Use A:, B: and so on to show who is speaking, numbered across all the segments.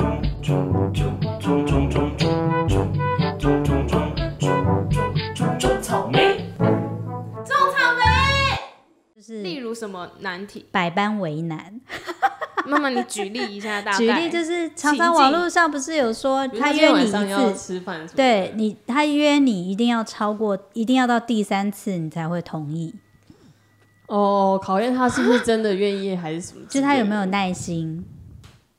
A: 种种种种种种种种种种种种种草莓。
B: 种草莓。
C: 就是
B: 例如什么难题？
C: 百般为难。
B: 妈妈，你举例一下，大概
C: 举例就是，常常
B: 情
C: 网
B: 境
C: 络上不是有说
D: 比如
C: 他
D: 今
C: 约
D: 天
C: 你
D: 晚上要
C: 一次，
D: 吃饭，，
C: 对你他约你一定要超过，一定要到第三次你才会同意，
D: 哦，考验他是不是真的愿意，还是什 么之
C: 就
D: 类的？
C: 他有没有耐心。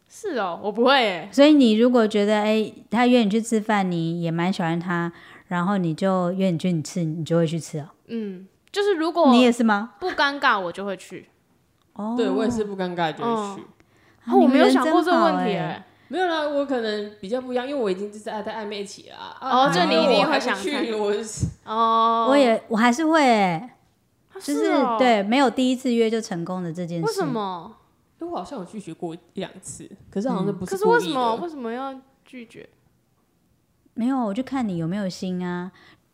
B: 是哦，我不会耶。
C: 所以你如果觉得哎、他约你去吃饭，你也蛮喜欢他，然后你就约你去你吃，你就会去吃哦。
B: 嗯，就是如果
C: 你也是吗？
B: 不尴尬，我就会去。
C: 哦，
D: 对我也是不尴尬就会
B: 哦
D: 去。
C: 啊，
B: 我
C: 你
B: 没
C: 们
B: 有
C: 人
B: 想
C: 真
B: 过这个
C: 好
B: 问题
C: 哎
B: 耶。
D: 没有啦，我可能比较不一样，因为我已经就是在暧昧期了啊。
B: 哦
D: 啊
B: 这你
D: 因为
B: 一定
D: 我
B: 会
D: 还不
B: 想
D: 去，
B: 看
D: 我就是
B: 哦，
C: 我也我还是会哎、
B: 啊
C: 就是
B: 哦，
C: 对没有第一次约就成功的这件事，
B: 为什？么？
D: 因哎为我好像有拒绝过一两次，可是好像
C: 嗯
D: 都不
B: 可
D: 是
B: 是
D: 故
B: 为
D: 意
B: 什
D: 的
B: 么
D: 哦
B: 为什么要拒绝？
C: 没有，我就看你有没有心啊。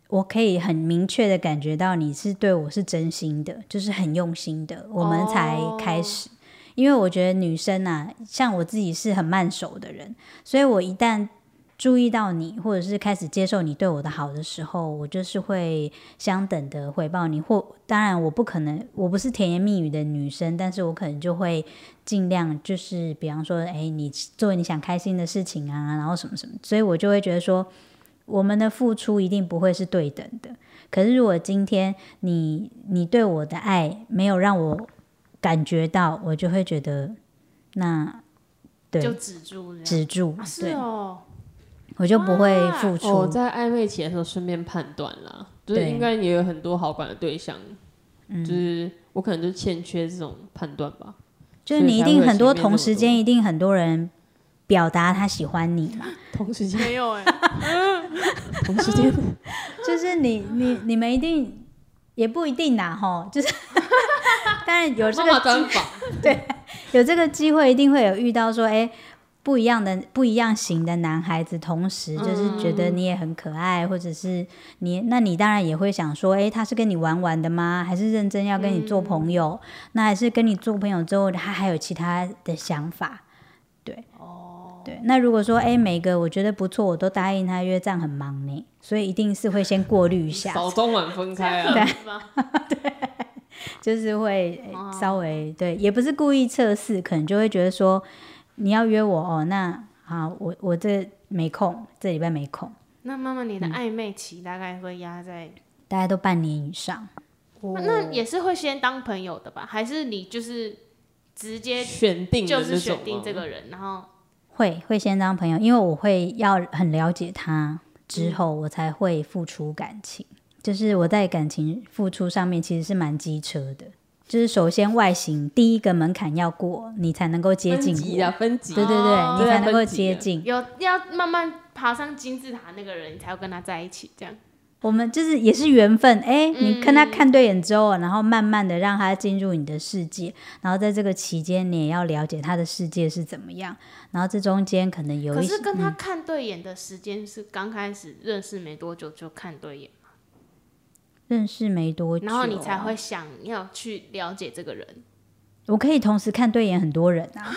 C: 我可以很明确的感觉到你是对我是真心的，就是很用心的，我们才开始。因为我觉得女生啊，像我自己是很慢熟的人，所以我一旦注意到你，或者是开始接受你对我的好的时候，我就是会相等的回报你。或当然，我不可能，我不是甜言蜜语的女生，但是我可能就会尽量就是，比方说，哎，你做你想开心的事情啊，然后什么什么，所以我就会觉得说，我们的付出一定不会是对等的。可是如果今天你你对我的爱没有让我感觉到，我就会觉得那
B: 就
C: 对
B: 止住这样。
C: 止住，
B: 啊是
C: 对
B: 哦，
C: 我就不会付出。
D: 哦，在暧昧期的时候顺便判断啦，就是
C: 对嗯
D: 应该也有很多好感的对象，就是我可能就欠缺这种判断吧。
C: 就是你一定很多同时间，一定很多人表达他喜欢你嘛。
D: 同时 间，
B: 没有哎，
D: 同时间，
C: 就是你你你们一定也不一定啦，吼，就是 当然有这
D: 妈妈
C: 个
D: 专访，
C: 有这个机会，一定会有遇到说，哎、不一样的不一样型的男孩子，同时就是觉得你也很可爱，或者是你，那你当然也会想说，哎、他是跟你玩玩的吗？还是认真要跟你做朋友？那还是跟你做朋友之后，他还有其他的想法？对，哦，对。那如果说，哎、每个我觉得不错，我都答应他约，这样很忙呢，所以一定是会先过滤一下，
D: 早中晚分 开
B: 这
D: 啊。
B: 样子吗？
C: 就是会呃
B: 哦
C: 稍微、对，也不是故意测试，可能就会觉得说你要约我哦，那啊，我我这没空，这礼拜没空，
B: 那妈妈，你的暧昧期大概会压在，
C: 大家都半年以上，
B: 那那也是会先当朋友的吧？还是你就是直接
D: 选定的
B: 就
D: 那
B: 是
D: 种
B: 选定
D: 吗
B: 这个人，然后
C: 会会先当朋友，因为我会要很了解他之
D: 嗯
C: 后，我才会付出感情。就是我在感情付出上面其实是蛮机车的，就是首先外形第一个门槛要过，你才能够接近
D: 分级啊，
C: 我，
D: 分级，
C: 对对
B: 哦
C: 对，你才能够
D: 分级
C: 接
D: 了
C: 近。
B: 有要慢慢爬上金字塔那个人，你才要跟他在一起这样。
C: 我们就是也是缘分，哎、你跟他
B: 嗯
C: 看对眼之后，然后慢慢的让他进入你的世界，然后在这个期间，你也要了解他的世界是怎么样，然后这中间可能有
B: 可
C: 一嗯些
B: 是，跟他看对眼的时间是刚开始认识没多久就看对眼，
C: 认识没多久，啊
B: 然后你才，会想要去了解这个人。
C: 我可以同时看对眼很多人啊，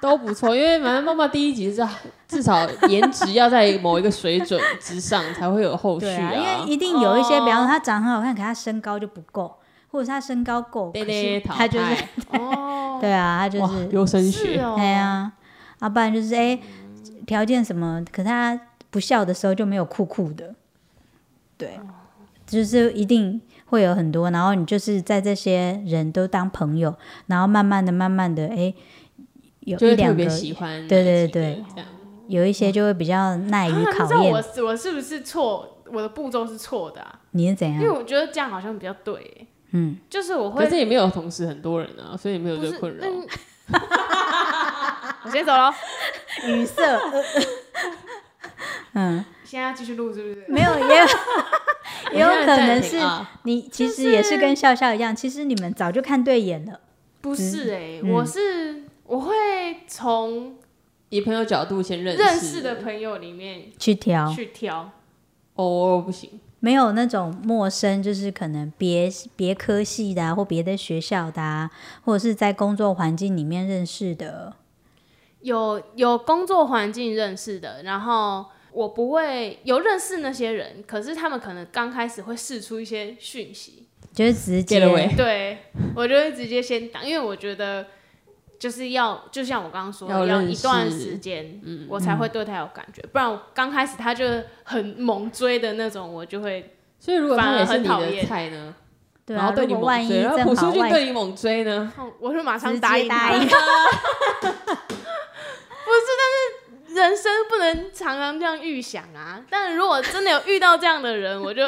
D: 都不错。因为反正妈妈第一集是至少颜值要在某一个水准之上，才会有后续
C: 对啊，因为一定有一些，
B: 哦
C: 比方说他长得很好看，可他身高就不够，或者是他身高够，可
D: 对
C: 是
D: 对，
C: 他就是，
B: 哦，
C: 对啊，他就是
D: 优生
B: 是
D: 学，
B: 哦，
C: 哎呀，啊，不然就是哎，条、件什么，可他不笑的时候就没有酷酷的，对，就是一定会有很多，然后你就是在这些人都当朋友，然后慢慢的、慢慢的，哎、有
D: 就
C: 一
D: 会特
C: 两
D: 别
C: 个，
D: 喜欢哪几个
C: 对
D: 这样。
C: 对对有一些就会比较耐 于
B: 啊
C: 考
B: 那这样
C: 验。
B: 我是我是不是错？我的步骤是错的啊，
C: 你是怎
B: 因为
C: 样？
B: 我觉得这样好像比较对欸。
C: 嗯，
B: 就是我
D: 可
B: 会
D: 是也没有同时很多人啊，所以也没有
B: 不
D: 这
B: 是
D: 个困扰。
B: 嗯啊我先走了，
C: 语塞。呃嗯，
B: 现在要继续录是不是？
C: 没有， 也有也有
D: 我现在
C: 可
D: 暂
C: 能
D: 停
C: 是
D: 啊
C: 你其实也是跟笑笑一样，其实你们早就看对眼了。
B: 不是哎，
C: 嗯
B: 我是我会从
D: 以朋友角度先认
B: 认识的朋友里面
C: 去挑，
B: 去挑。
D: 哦，不行，
C: 没有那种陌生，就是可能别别科系的、啊、或别的学校的、啊，或者是在工作环境里面认识的，
B: 有有工作环境认识的，然后我不会有认识那些人，可是他们可能刚开始会试出一些讯息，
C: 就是直接
D: Get away
B: 对我就会直接先挡，因为我觉得就是要就像我刚刚说，
D: 要
B: 的，要一
D: 认识
B: 段时间，我才会对他有感觉，不然我刚开始他就很猛追的那种，我就会
D: 所以如果他
B: 反而
D: 也是
B: 很
D: 你
B: 讨
D: 的
B: 厌
D: 菜呢，
C: 对
D: 然
C: 啊
D: 后，对
C: 如
D: 你
C: 果
D: 猛
C: 万一
D: 追，然后朴
C: 正好
D: 树就
C: 万
D: 对
C: 一
D: 你猛追呢，
B: 我就马
C: 直
B: 上
C: 接
B: 答应他
C: 答。应，
B: 人生不能常常这样预想啊，但如果真的有遇到这样的人，我就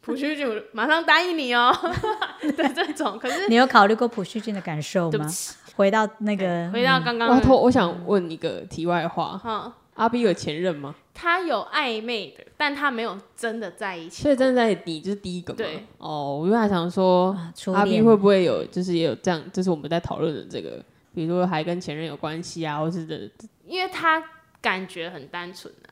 B: 朴叙俊马上答应你哦、 对这种，可是
C: 你有考虑过朴叙俊的感受
B: 对不
C: 吗？
B: 起，
C: 回到那个，
B: 回到刚刚
D: 我
B: 的，
D: 偷我想问一个题外话，
B: 嗯，
D: 阿 B 有前任吗？
B: 他有暧昧的，但他没有真的在一起。
D: 所以站在你就是第一个嘛。
B: 对
D: 哦，我原来想说
C: 啊初
D: 阿 B
C: 恋
D: 会不会有，就是也有这样，就是我们在讨论的这个，比如说还跟前任有关系啊，或是的，
B: 因为他感觉很单纯啊，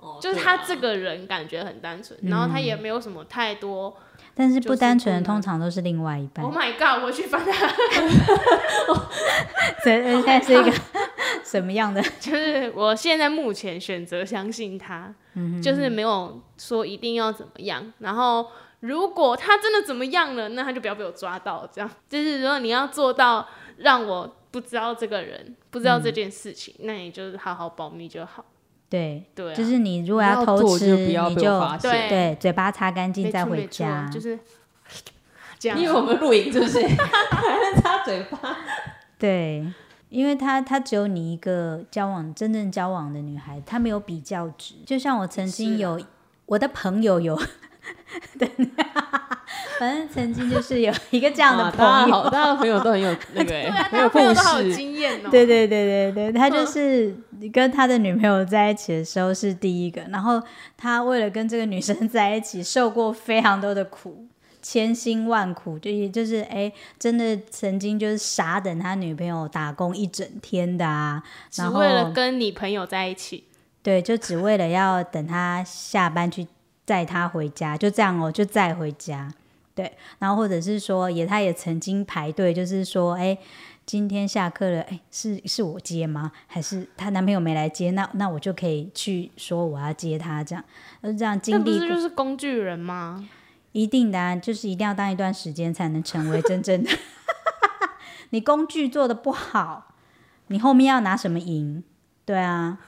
D: 哦
B: 就是他 这个人感觉很单
D: 嗯
B: 纯，然后他也没有什么太多。
C: 但是不单纯的
B: 就是不能
C: 通常都是另外一半
D: 哦
B: oh，my god！我去翻他，
C: 这现在是一 个什么样的？
B: 就是我现在目前选择相信他，
C: 嗯
B: 就是没有说一定要怎么样。然后如果他真的怎么样了，那他就不要被我抓到。这样就是如果你要做到让我不知道这个人，不知道
C: 嗯
B: 这件事情，那你就是好好保密就好。
C: 对，
B: 对、啊，
C: 就是你如
D: 如
C: 果要偷
D: 做
C: 吃，
D: 就不要
C: 你
D: 被我发现。
B: 对
C: 对嘴巴擦干
B: 没
C: 净
B: 错
C: 再回
B: 没错
C: 家，
B: 就是这样。
D: 你以为我们录影是不 是？还在擦嘴巴？
C: 对，因为他他只有你一个交往真正交往的女孩，她没有比较值。就像我曾经
B: 是啊
C: 有、我的朋友有， 对，反正曾经就是有一个这样 的
D: 啊
C: 朋
D: 大家
C: 友，
D: 好，大家的朋友都很有那 个、
B: 对
D: 欸，
B: 啊，
D: 很
B: 大家
D: 有
B: 朋友
D: 故
B: 都好有
D: 事。
B: 经验哦、
C: 对对对对对，他就是跟他的女朋友在一起的时候是第一个，然后他为了跟这个女生在一起，受过非常多的苦，千辛万苦，就也就是哎，真的曾经就是傻等他女朋友打工一整天的啊，
B: 只
C: 然后
B: 为了跟你朋友在一起，
C: 对，就只为了要等他下班去载他回家，就这样哦，就载回家。对，然后或者是说，也他也曾经排队，就是说，哎，今天下课了，哎，是是我接吗？还是她男朋友没来接？那那我就可以去说我要接他，这样，就这样
B: 那
C: 经
B: 不
C: 历
B: 是就
C: 过
B: 是工具人吗？
C: 一定的、啊，就是一定要当一段时间才能成为真正的。 你工具做的不好，你后面要拿什么赢？对啊，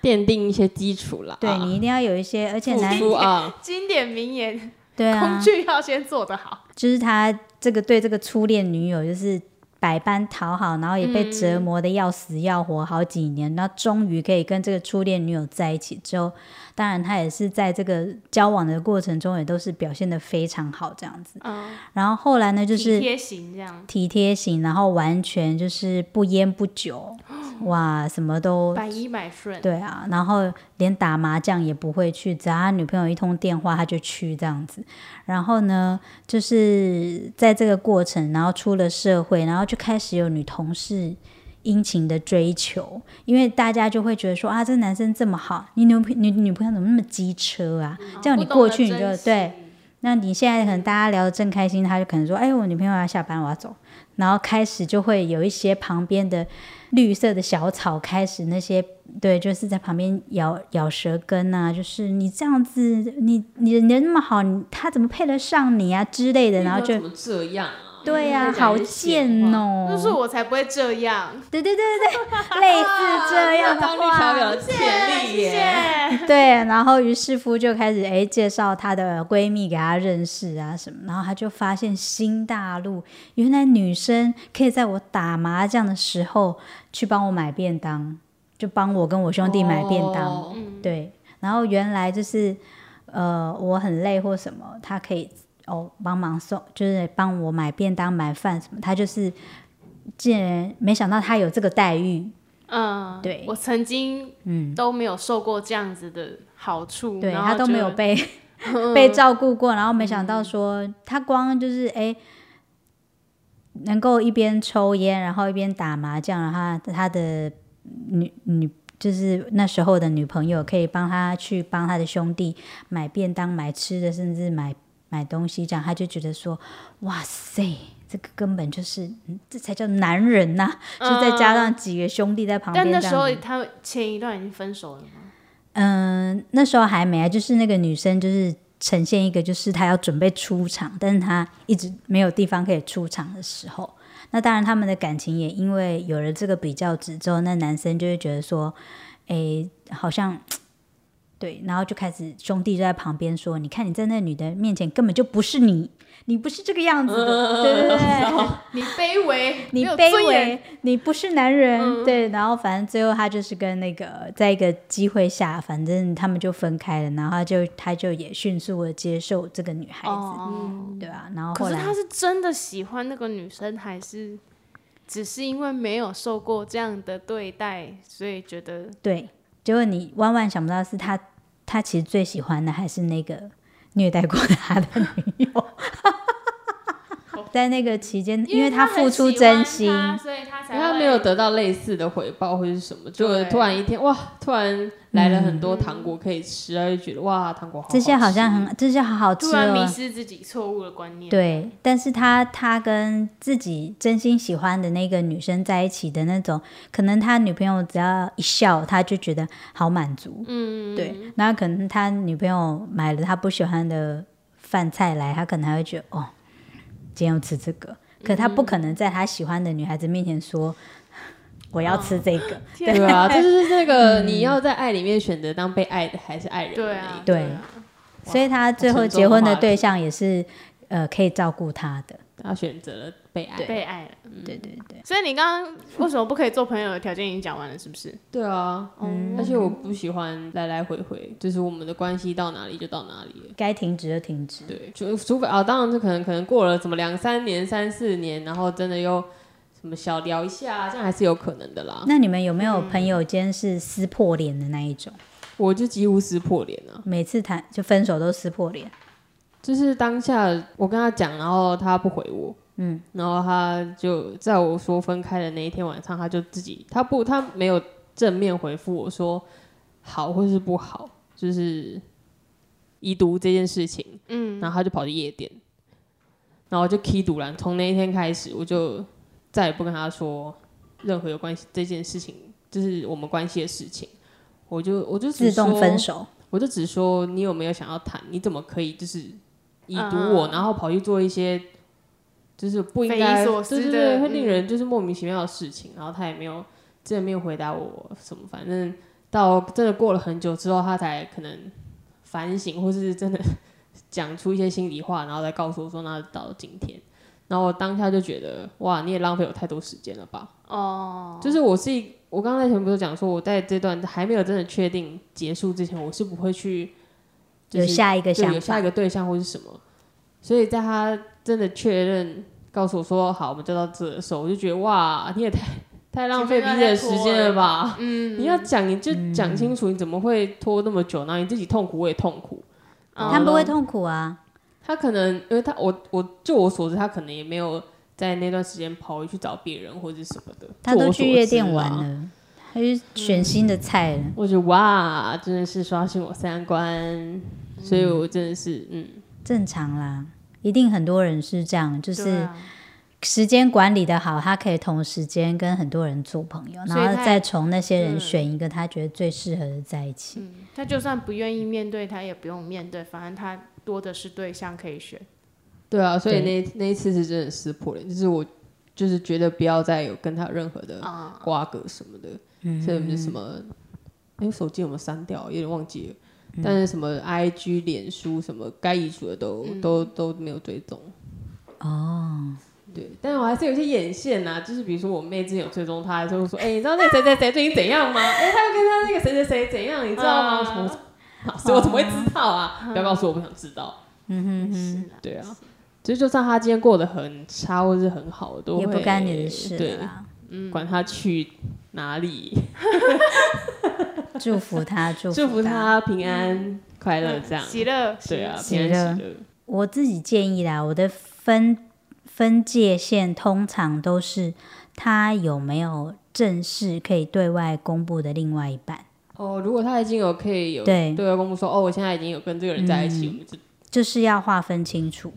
D: 奠定一些基础啦。
C: 对你一定要有一些，而且
D: 啊付
C: 男
D: 出啊，
B: 经典名言，
C: 对啊，
B: 工具要先做得好。
C: 就是他这个对这个初恋女友就是百般讨好，然后也被折磨的要死要活好几年，然后终于可以跟这个初恋女友在一起之后，当然他也是在这个交往的过程中也都是表现的非常好这样子。
B: 嗯，
C: 然后后来呢，就
B: 体
C: 是
B: 贴型这样，
C: 体贴型，然后完全就是不烟不酒，哇，什么都
B: 百依百顺。
C: 对啊，然后连打麻将也不会去，只要他女朋友一通电话他就去这样子。然后呢，就是在这个过程，然后出了社会，然后就开始有女同事殷勤的追求，因为大家就会觉得说啊，这男生这么好，你女朋你女朋友怎么那么机车啊？叫你
B: 哦不懂
C: 过
B: 得
C: 去你
B: 珍
C: 就
B: 惜
C: 对。那你现在可能大家聊得正开心，他就可能说：“哎，我女朋友要下班，我要走。”然后开始就会有一些旁边的绿色的小草开始那些对，就是在旁边咬咬舌根啊，就是你这样子，你你人家那么好，你他怎么配得上你啊之类的，然后
D: 你
C: 就
D: 怎么这样啊？
C: 对呀、
D: 你在讲
C: 好
D: 一些闲
C: 贱
D: 话。
C: 哦、
B: 就是我才不会这 样。
C: 对对对对 对，类似
B: 啊
C: 这样的
D: 当绿茶
C: 话，
D: 婊的潜力
B: 谢
D: 耶！
B: 谢。
C: 对，然后于是乎就开始哎介绍她的闺蜜给她认识啊什么，然后她就发现新大陆，原来女生可以在我打麻将的时候去帮我买便当，就帮我跟我兄弟买便当。
D: 哦
B: 嗯，
C: 对，然后原来就是呃我很累或什么，他可以哦帮忙送，就是帮我买便当、买饭什么，他就是竟然没想到他有这个待遇，
B: 嗯，
C: 对
B: 我曾经
C: 嗯，
B: 都没有受过这样子的好处，
C: 对
B: 然
C: 他
B: 后
C: 都
B: 就嗯
C: 没有被 被照顾过，然后没想到说、他光就是哎。能够一边抽烟，然后一边打麻将，然后他他的女女就是那时候的女朋友可以帮他去帮他的兄弟买便当、买吃的，甚至买买东西，这样他就觉得说，哇塞，这个根本就是，嗯这才叫男人呐、就再加上几个兄弟在旁边
B: 嗯但
C: 这
B: 那
C: 样。
B: 时候他前一段已经分手了吗？
C: 嗯，那时候还没啊，就是那个女生就是呈现一个就是她要准备出场，但是她一直没有地方可以出场的时候。那当然，他们的感情也因为有了这个比较值之后，那男生就会觉得说，诶，好像对，然后就开始兄弟就在旁边说，你看你在那女的面前根本就不是你，你不是这个样子的，对对对。
B: 你卑微，
C: 你
B: 没有
C: 卑
B: 尊严，嗯
C: 微，你不是男人，对。然后反正最后他就是跟那个在一个机会下，反正他们就分开了，然后他就他就也迅速的接受这个女孩子，
B: 哦，
C: 对啊。然后
B: 可
C: 后
B: 是
C: 来
B: 他是真的喜欢那个女生，还是只是因为没有受过这样的对待，所以觉得
C: 对，结果你万万想不到是他，他其实最喜欢的还是那个虐待过他的女 友。在那个期间，因为
B: 他
C: 付
B: 很
C: 出
B: 喜欢
C: 真心，
B: 他所以他才
D: 因为他
B: 会
D: 没有得到类似的回报或者是什么，就突然一天哇，突然来了很多糖果可以吃，他就觉得哇，糖果好
C: 这些好
D: 吃
C: 像很，这些好好吃
B: 突
C: 哦
B: 然，迷失自己错误的观念。，
C: 对，但是他他跟自己真心喜欢的那个女生在一起的那种，可能他女朋友只要一笑，他就觉得好满足。
B: 嗯，
C: 对，然后可能他女朋友买了他不喜欢的饭菜来，他可能还会觉得哦，今天要吃这个。可他
B: 嗯
C: 不可能在他喜欢的女孩子面前说。我要
B: 哦
C: 吃这 个，
B: 天
D: 对啊，这就是 那个你要在爱里面选择当被爱的还是爱人的
B: 对
D: 那一
B: 啊
D: 个，
C: 嗯对
B: 啊
C: 所以他最后
D: 沉重
C: 结
D: 的
C: 婚的
D: 话题
C: 对象也是，呃，可以照顾他的。
D: 他选择了被爱。
B: 被爱了。
C: 对对对。
B: 所以你刚刚为什么不可以做朋友的条件已经讲完了，是不是？
D: 对啊，
B: 嗯
D: 而且我不喜欢来来回回，就是我们的关系到哪里就到哪里
B: 嗯
D: 了。
C: 该停止就停止。
D: 对，除除非啊，当然这可能可能过了什么两三年、三四年，然后真的又什么小聊一下，这样还是有可能的啦。
C: 那你们有没有朋友间是撕破脸的那一种？
D: 我就几乎撕破脸啊，
C: 每次谈就分手都撕破脸，
D: 就是当下我跟他讲，然后他不回我，嗯，然后他就在我说分开的那一天晚上，他就自己他不他没有正面回复我说好或是不好，就是遗毒这件事情，嗯，然后他就跑去夜店，然后我就 K 赌了。从那一天开始，我就再也不跟他说任何有关系这件事情，就是我们关系的事情。我就我就只
C: 自动
D: 说
C: 分手。
D: 我就只说你有没有想要谈，你怎么可以就是已读我，然后跑去做一些就是不应
B: 嗯匪
D: 该，
B: 夷所
D: 对
B: 思的
D: 对对，会
B: 嗯
D: 令人就是莫名其妙的事情，然后他也没有正面回答我什么，反正到真的过了很久之后，他才可能反省，或是真的讲出一些心里话，然后再告诉我说，那到今天。然后我当下就觉得，哇，你也浪费我太多时间了吧？
B: 哦，
D: 就是我是一，我刚才前面不是讲说，我在这段还没有真的确定结束之前，我是不会去、就是、
C: 有下一个
D: 对
C: 想
D: 有
C: 法
D: 下一个对象或是什么。所以在他真的确认告诉我说好，我们就到这的时候，我就觉得哇，你也太太浪费彼此的时间了吧？嗯，你要讲你就讲清楚，你怎么会拖那么久呢？你自己痛苦，我也痛苦。
C: 嗯
D: 哦
C: 他不会痛苦啊，
D: 他可能因为他我我就我所知，他可能也没有在那段时间跑回去找别人或者什么的。
C: 他
D: 就
C: 都
D: 我所
C: 去夜
D: 知
C: 店
D: 啦
C: 玩了，他去选新的菜了。
D: 我觉得哇，真的是刷新我三观，所以我真的是嗯，
C: 正常啦，一定很多人是这样，就
B: 对
C: 是
B: 啊
C: 时间管理的好，他可以同时间跟很多人做朋友，然
B: 所以他也
C: 后再从那些人选一个他觉得最适合的在一起。
B: 他就算不愿意面对，他也不用面对，反正他多的是对象可以选。
D: 对啊，所以那那一次是真的撕破脸，就是我就是觉得不要再有跟他有任何的瓜葛什么的，所以我们就什么，哎、我手机有没有删掉？有点忘记了。但是什么 I G、脸书什么该移除的都、都都没有追踪。嗯哦，对，但我还是有一些眼线呐、就是比如说我妹之前有追踪他，就会说，哎、你知道那个谁谁谁最近怎样吗？哎、他又跟他那个谁谁谁怎样，你知道吗？
B: 啊
D: 什么？老师，我怎么会知道啊？不要告诉我，我不想知道。
C: 嗯
B: 是啦，
D: 对啊，其实就算他今天过得很差或是很好，我都
C: 也不
D: 会
C: 干你的事啊嗯
D: 对
C: 了，啦，
B: 嗯
D: 管他去哪里，
C: 祝福他，祝
D: 祝福
C: 福他。嗯
D: 他平安快乐这样。
B: 嗯喜乐，
D: 对啊，
C: 喜
D: 平安喜
C: 乐
D: 乐。
C: 我自己建议啦，我的分分界线通常都是他有没有正式可以对外公布的另外一半，
D: 哦，如果他已经有可以有
C: 对嗯
D: 对外公布说，哦，我现在已经有跟这个人在一起，我们就
C: 就是要划分清楚。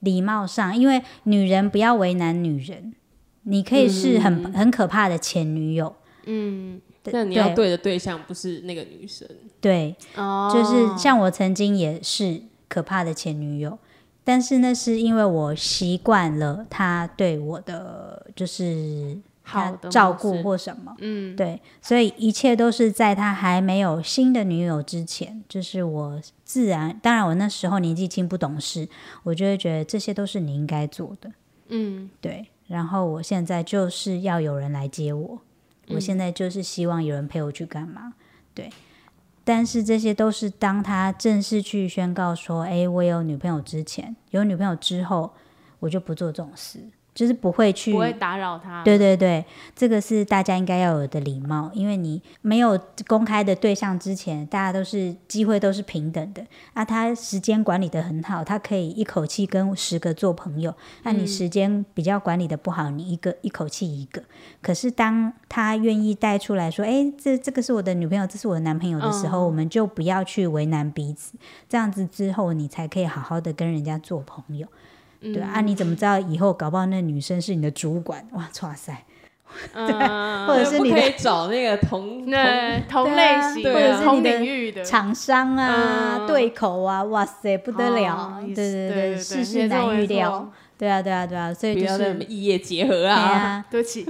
C: 礼貌上，因为女人不要为难女人，你可以是很、很可怕的前女友，
B: 嗯，
D: 那你要对的对象不是那个女生，
C: 对，
B: 哦，
C: 就是像我曾经也是可怕的前女友，但是那是因为我习惯了她对我的就是她
B: 好的
C: 照
B: 模
C: 顾
B: 式
C: 或什么，
B: 嗯，
C: 对，所以一切都是在他还没有新的女友之前，就是我自然，当然我那时候年纪轻不懂事，我就会觉得这些都是你应该做的，
B: 嗯，
C: 对。然后我现在就是要有人来接我，我
B: 嗯
C: 现在就是希望有人陪我去干嘛，对。但是这些都是当他正式去宣告说，诶，我有女朋友之前，有女朋友之后，我就不做这种事，就是不会去
B: 不会打扰他，
C: 对对对，这个是大家应该要有的礼貌，因为你没有公开的对象之前，大家都是机会都是平等的。那、他时间管理的很好，他可以一口气跟十个做朋友。那
B: 嗯
C: 你时间比较管理的不好，你一个一口气一个。可是当他愿意带出来说：“哎，这这个是我的女朋友，这是我的男朋友”的时候，
B: 嗯
C: 我们就不要去为难彼此。这样子之后，你才可以好好的跟人家做朋友。
B: 嗯，
C: 对啊，啊你怎么知道以后搞不好那女生是你的主管？哇，哇塞！
B: 嗯，
C: 或者是
D: 不
C: 你的
D: 可以找那个 同同
B: 那同类型
D: 对啊
B: 的、
D: 或者是
B: 同
C: 你的
B: 领域的，
C: 厂商啊、
B: 嗯
C: 对口啊，哇塞，不得了！
B: 哦
C: 对
B: 也
C: 对
B: 是
C: 对
B: 对对对
C: 世事
B: 没错
C: 难预
B: 没错
C: 料。对啊，对啊，对啊，所以
D: 不
C: 就
D: 要在
C: 是
D: 什么异业结合
C: 对
D: 啊，
C: 啊，
B: 对不起，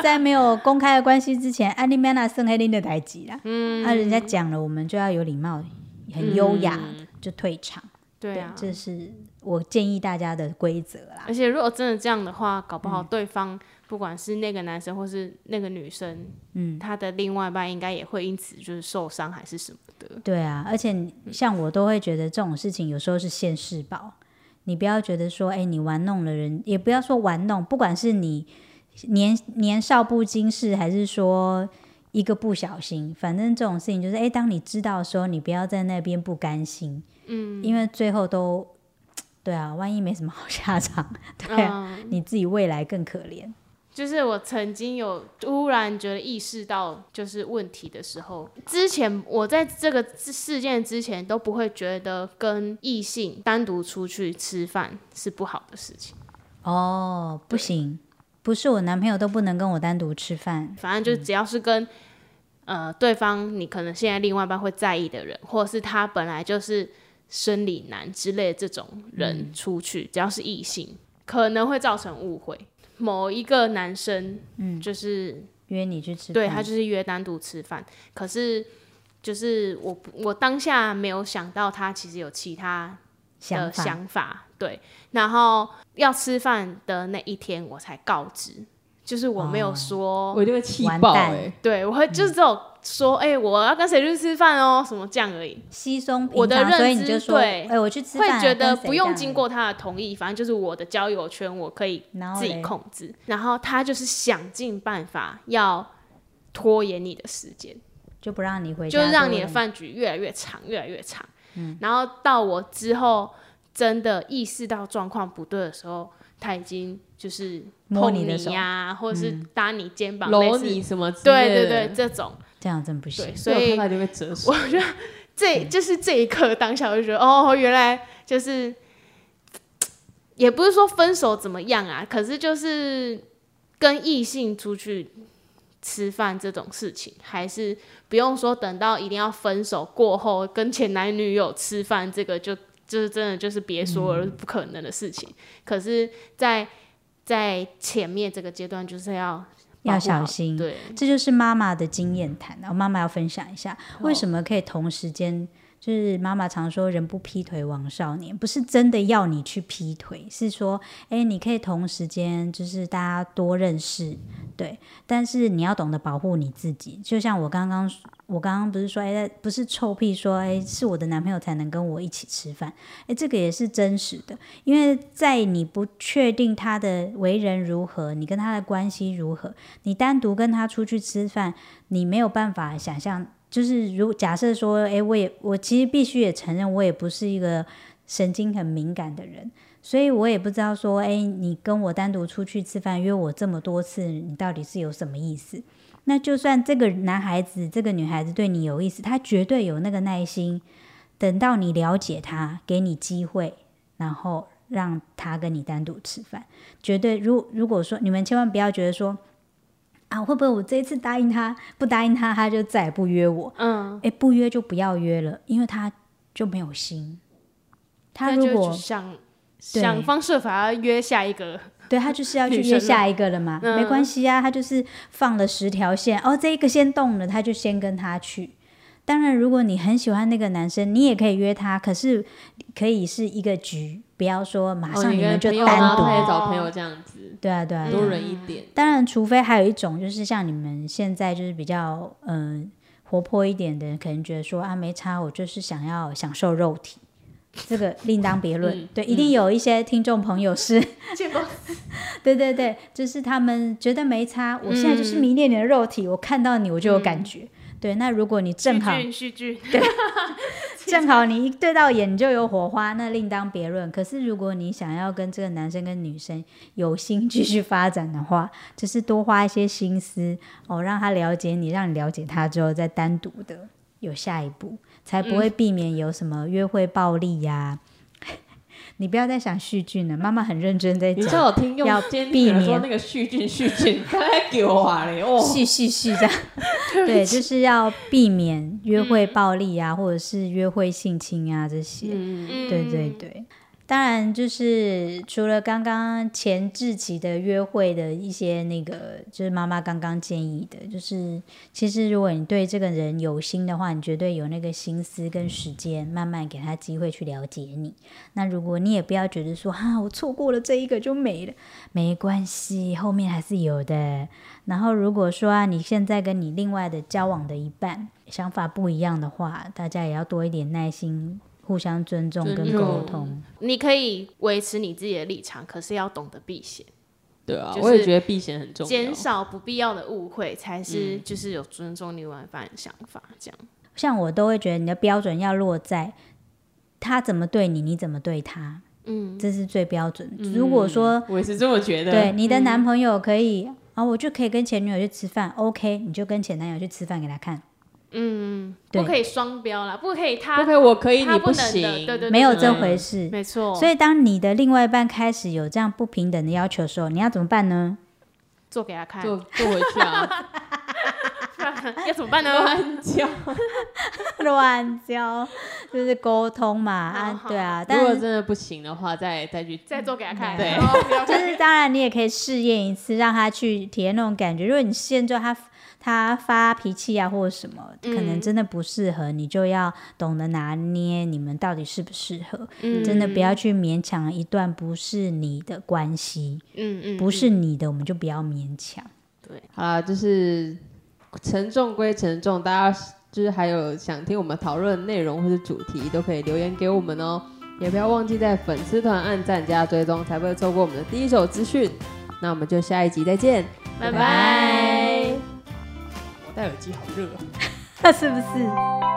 C: 在没有公开的关系之前，安利曼娜圣黑林的台级啦。
B: 嗯，
C: 啊，人家讲了，我们就要有礼貌，很优雅、就退场。
B: 嗯对啊，
C: 这是我建议大家的规则啦。
B: 而且如果真的这样的话，搞不好
C: 嗯
B: 对方不管是那个男生或是那个女生，
C: 嗯，
B: 他的另外一半应该也会因此就是受伤还是什么的。
C: 对啊，而且你
B: 嗯
C: 像我都会觉得这种事情有时候是现世报，你不要觉得说，哎，你玩弄了人，也不要说玩弄，不管是你年年少不经事，还是说一个不小心，反正这种事情就是，哎，当你知道的时候，你不要在那边不甘心，嗯，因为最后都，对啊，万一没什么好下场，对啊、
B: 嗯，
C: 你自己未来更可怜，
B: 就是我曾经有突然觉得意识到就是问题的时候，之前我在这个事件之前都不会觉得跟异性单独出去吃饭是不好的事情，
C: 哦，不行，不是我男朋友都不能跟我单独吃饭，
B: 反正就只要是跟。呃，对方你可能现在另外一半会在意的人，或者是他本来就是生理男之类的这种人
C: 嗯
B: 出去，只要是异性，可能会造成误会。某一个男生，嗯，就是
C: 约你去吃饭，
B: 对他就是约单独吃饭，可是就是我不我当下没有想到他其实有其他
C: 想
B: 的
C: 法。
B: 呃想法，对，然后要吃饭的那一天我才告知，就是我没
C: 哦
B: 有说，
D: 我就会气
C: 完
D: 爆
C: 蛋
D: 哎，
B: 对我会就是只有说，哎、我要跟谁去吃饭哦，什么这样而已，
C: 稀松平常，
B: 我的认知
C: 所以你就说，
B: 对
C: 哎、我去吃
B: 会
C: 饭啊，
B: 觉得
C: 跟谁
B: 不
C: 这
B: 用
C: 样
B: 经，过他的同意，反正就是我的交友圈我可以
C: 然后
B: 自己
C: 嘞，
B: 控制，然后他就是想尽办法要拖延你的时间。
C: 就不让你回家，嗯
B: 就是让你
C: 对
B: 的
C: 不对，
B: 饭局越来越长，越来越长。然后到我之后真的意识到状况不对的时候，他已经就是
C: 摸
B: 碰
C: 你的手嗯
B: 呀、或者是搭你肩膀，类
D: 搂
B: 似
D: 你什么之
B: 对
D: 类
B: 对
D: 的，
B: 对，这种
C: 这样真不行
B: 对，。所
D: 我看
B: 以
D: 到就会折损。
B: 我觉得
C: 嗯
B: 这就是这一刻当下，我就觉得哦，原来就是也不是说分手怎么样啊，可是就是跟异性出去吃饭这种事情，还是不用说等到一定要分手过后跟前男女友吃饭，这个就就是真的就是别说
C: 嗯
B: 了，是不可能的事情。可是在，在前面这个阶段，就是要保
C: 要
B: 护好
C: 小心
B: 对，
C: 这就是妈妈的经验谈，然后妈妈要分享一下，为什么可以同时间。就是妈妈常说“人不劈腿枉少年”，不是真的要你去劈腿，是说，哎，你可以同时间就是大家多认识，对，但是你要懂得保护你自己。就像我刚刚，我刚刚不是说，哎，不是臭屁说，哎，是我的男朋友才能跟我一起吃饭，哎，这个也是真实的，因为在你不确定他的为人如何，你跟他的关系如何，你单独跟他出去吃饭，你没有办法想象，就是如假设说，诶，我也我其实必须也承认，我也不是一个神经很敏感的人，所以我也不知道说，诶，你跟我单独出去吃饭约我这么多次，你到底是有什么意思？那就算这个男孩子、这个女孩子对你有意思，他绝对有那个耐心，等到你了解他，给你机会，然后让他跟你单独吃饭，绝对如如果说你们千万不要觉得说啊会不会我这一次答应他不答应他他就再也不约我，
B: 嗯，
C: 哎不约就不要约了，因为他就没有心。他
B: 那
C: 如
B: 就
C: 果
B: 去想
C: 对
B: 想方设法要约下一个，
C: 对他就是要去
B: 女
C: 约
B: 生
C: 下一个了嘛，
B: 嗯
C: 没关系啊，他就是放了十条线，哦，这一个先动了，他就先跟他去。当然，如果你很喜欢那个男生，你也可以约他，可是可以是一个局，不要说马
D: 哦
C: 上
D: 你
C: 们
D: 跟
C: 就
D: 朋友
C: 单
D: 然
C: 独。
D: 后他也找朋友这样子，
C: 对啊，对啊，对啊
D: 多人一点。
C: 当然，除非还有一种就是像你们现在就是比较嗯、活泼一点的人，可能觉得说啊没差，我就是想要享受肉体，这个另当别论。
D: 嗯
C: 对，一定有一些听众朋友是，
B: 结果
C: 对对对，就是他们觉得没差，我现在就是迷恋你的肉体，我看到你我就有感觉。对，那如果你正好
B: 续剧续剧，
C: 正好你一对到眼你就有火花，那另当别论。可是如果你想要跟这个男生跟女生有心继续发展的话，就是多花一些心思哦，让他了解你，让你了解他之后，再单独的有下一步，才不会避免有什么约会暴力呀、 你不要再想续剧了，妈妈很认真在
D: 你叫
C: 讲。
D: 我听用
C: 要
D: 监
C: 避
D: 听说
C: 免
D: 那个续菌续菌， 他在给我啊嘞哦，
C: 续续续 这样，对，就是要避免约会暴力啊，或者是约会性侵啊这些。
D: 嗯，
C: 对对
B: 嗯，
C: 对，当然就是除了刚刚前置期的约会的一些那个，就是妈妈刚刚建议的，就是其实如果你对这个人有心的话，你绝对有那个心思跟时间，慢慢给他机会去了解你。那如果你也不要觉得说啊，我错过了这一个就没了，没关系，后面还是有的。然后如果说啊，你现在跟你另外的交往的一半想法不一样的话，大家也要多一点耐心，互相尊重
D: 尊
C: 跟
D: 重
C: 沟通。
B: 你可以维持你自己的立场，可是要懂得避嫌，
D: 对啊，
B: 就是
D: 我也觉得避嫌很重要。
B: 减少不必要的误会，才是就是有尊重另外一半的想法这样。
C: 像我都会觉得你的标准要落在他怎么对你，你怎么对他，
B: 嗯，
C: 这是最标准的。如果说
D: 我也是这么觉得，
C: 对，你的男朋友可以、啊，我就可以跟前女友去吃饭，OK，你就跟前男友去吃饭给他看，对
B: 不可以双标啦，不可以他
D: OK，我可以，
B: 他
D: 你
B: 不能
D: 行，
B: 的，对对，
C: 没有这
B: 回，
C: 回事。
B: 没错，
C: 所以，当你的另外一半开始有这样不平等的要求的时候，你要怎么 办呢？
B: 做给他看，
D: 坐坐回 去啊，
B: 要怎么办呢？
D: 乱叫。
C: 乱交， 就是沟通嘛，啊
B: 好，
C: 对啊，
D: 如
C: 但
D: 果
C: 是
D: 真的不行的话，再再去
B: 再做给他看，
D: 对
B: 然后不要
C: 就
B: 看
C: 是当然你也可以试验一次，让他去体验那种感觉。如果你试验之后他他发脾气啊或者什么，可能
B: 嗯
C: 真的不适合，你就要懂得拿捏你们到底适不适合，
B: 嗯
C: 真的不要去勉强一段不是你的关系，
B: 嗯嗯，
C: 不是你的我们就不要 勉强。
D: 好啦，就是沉重归沉重，大家就是还有想听我们讨论的内容或是主题，都可以留言给我们哦。也不要忘记在粉丝团按赞加追踪，才不会错过我们的第一手资讯。那我们就下一集再见。
B: 拜
C: 拜
B: 拜。
D: 我戴耳机好热、啊。
C: 是不是？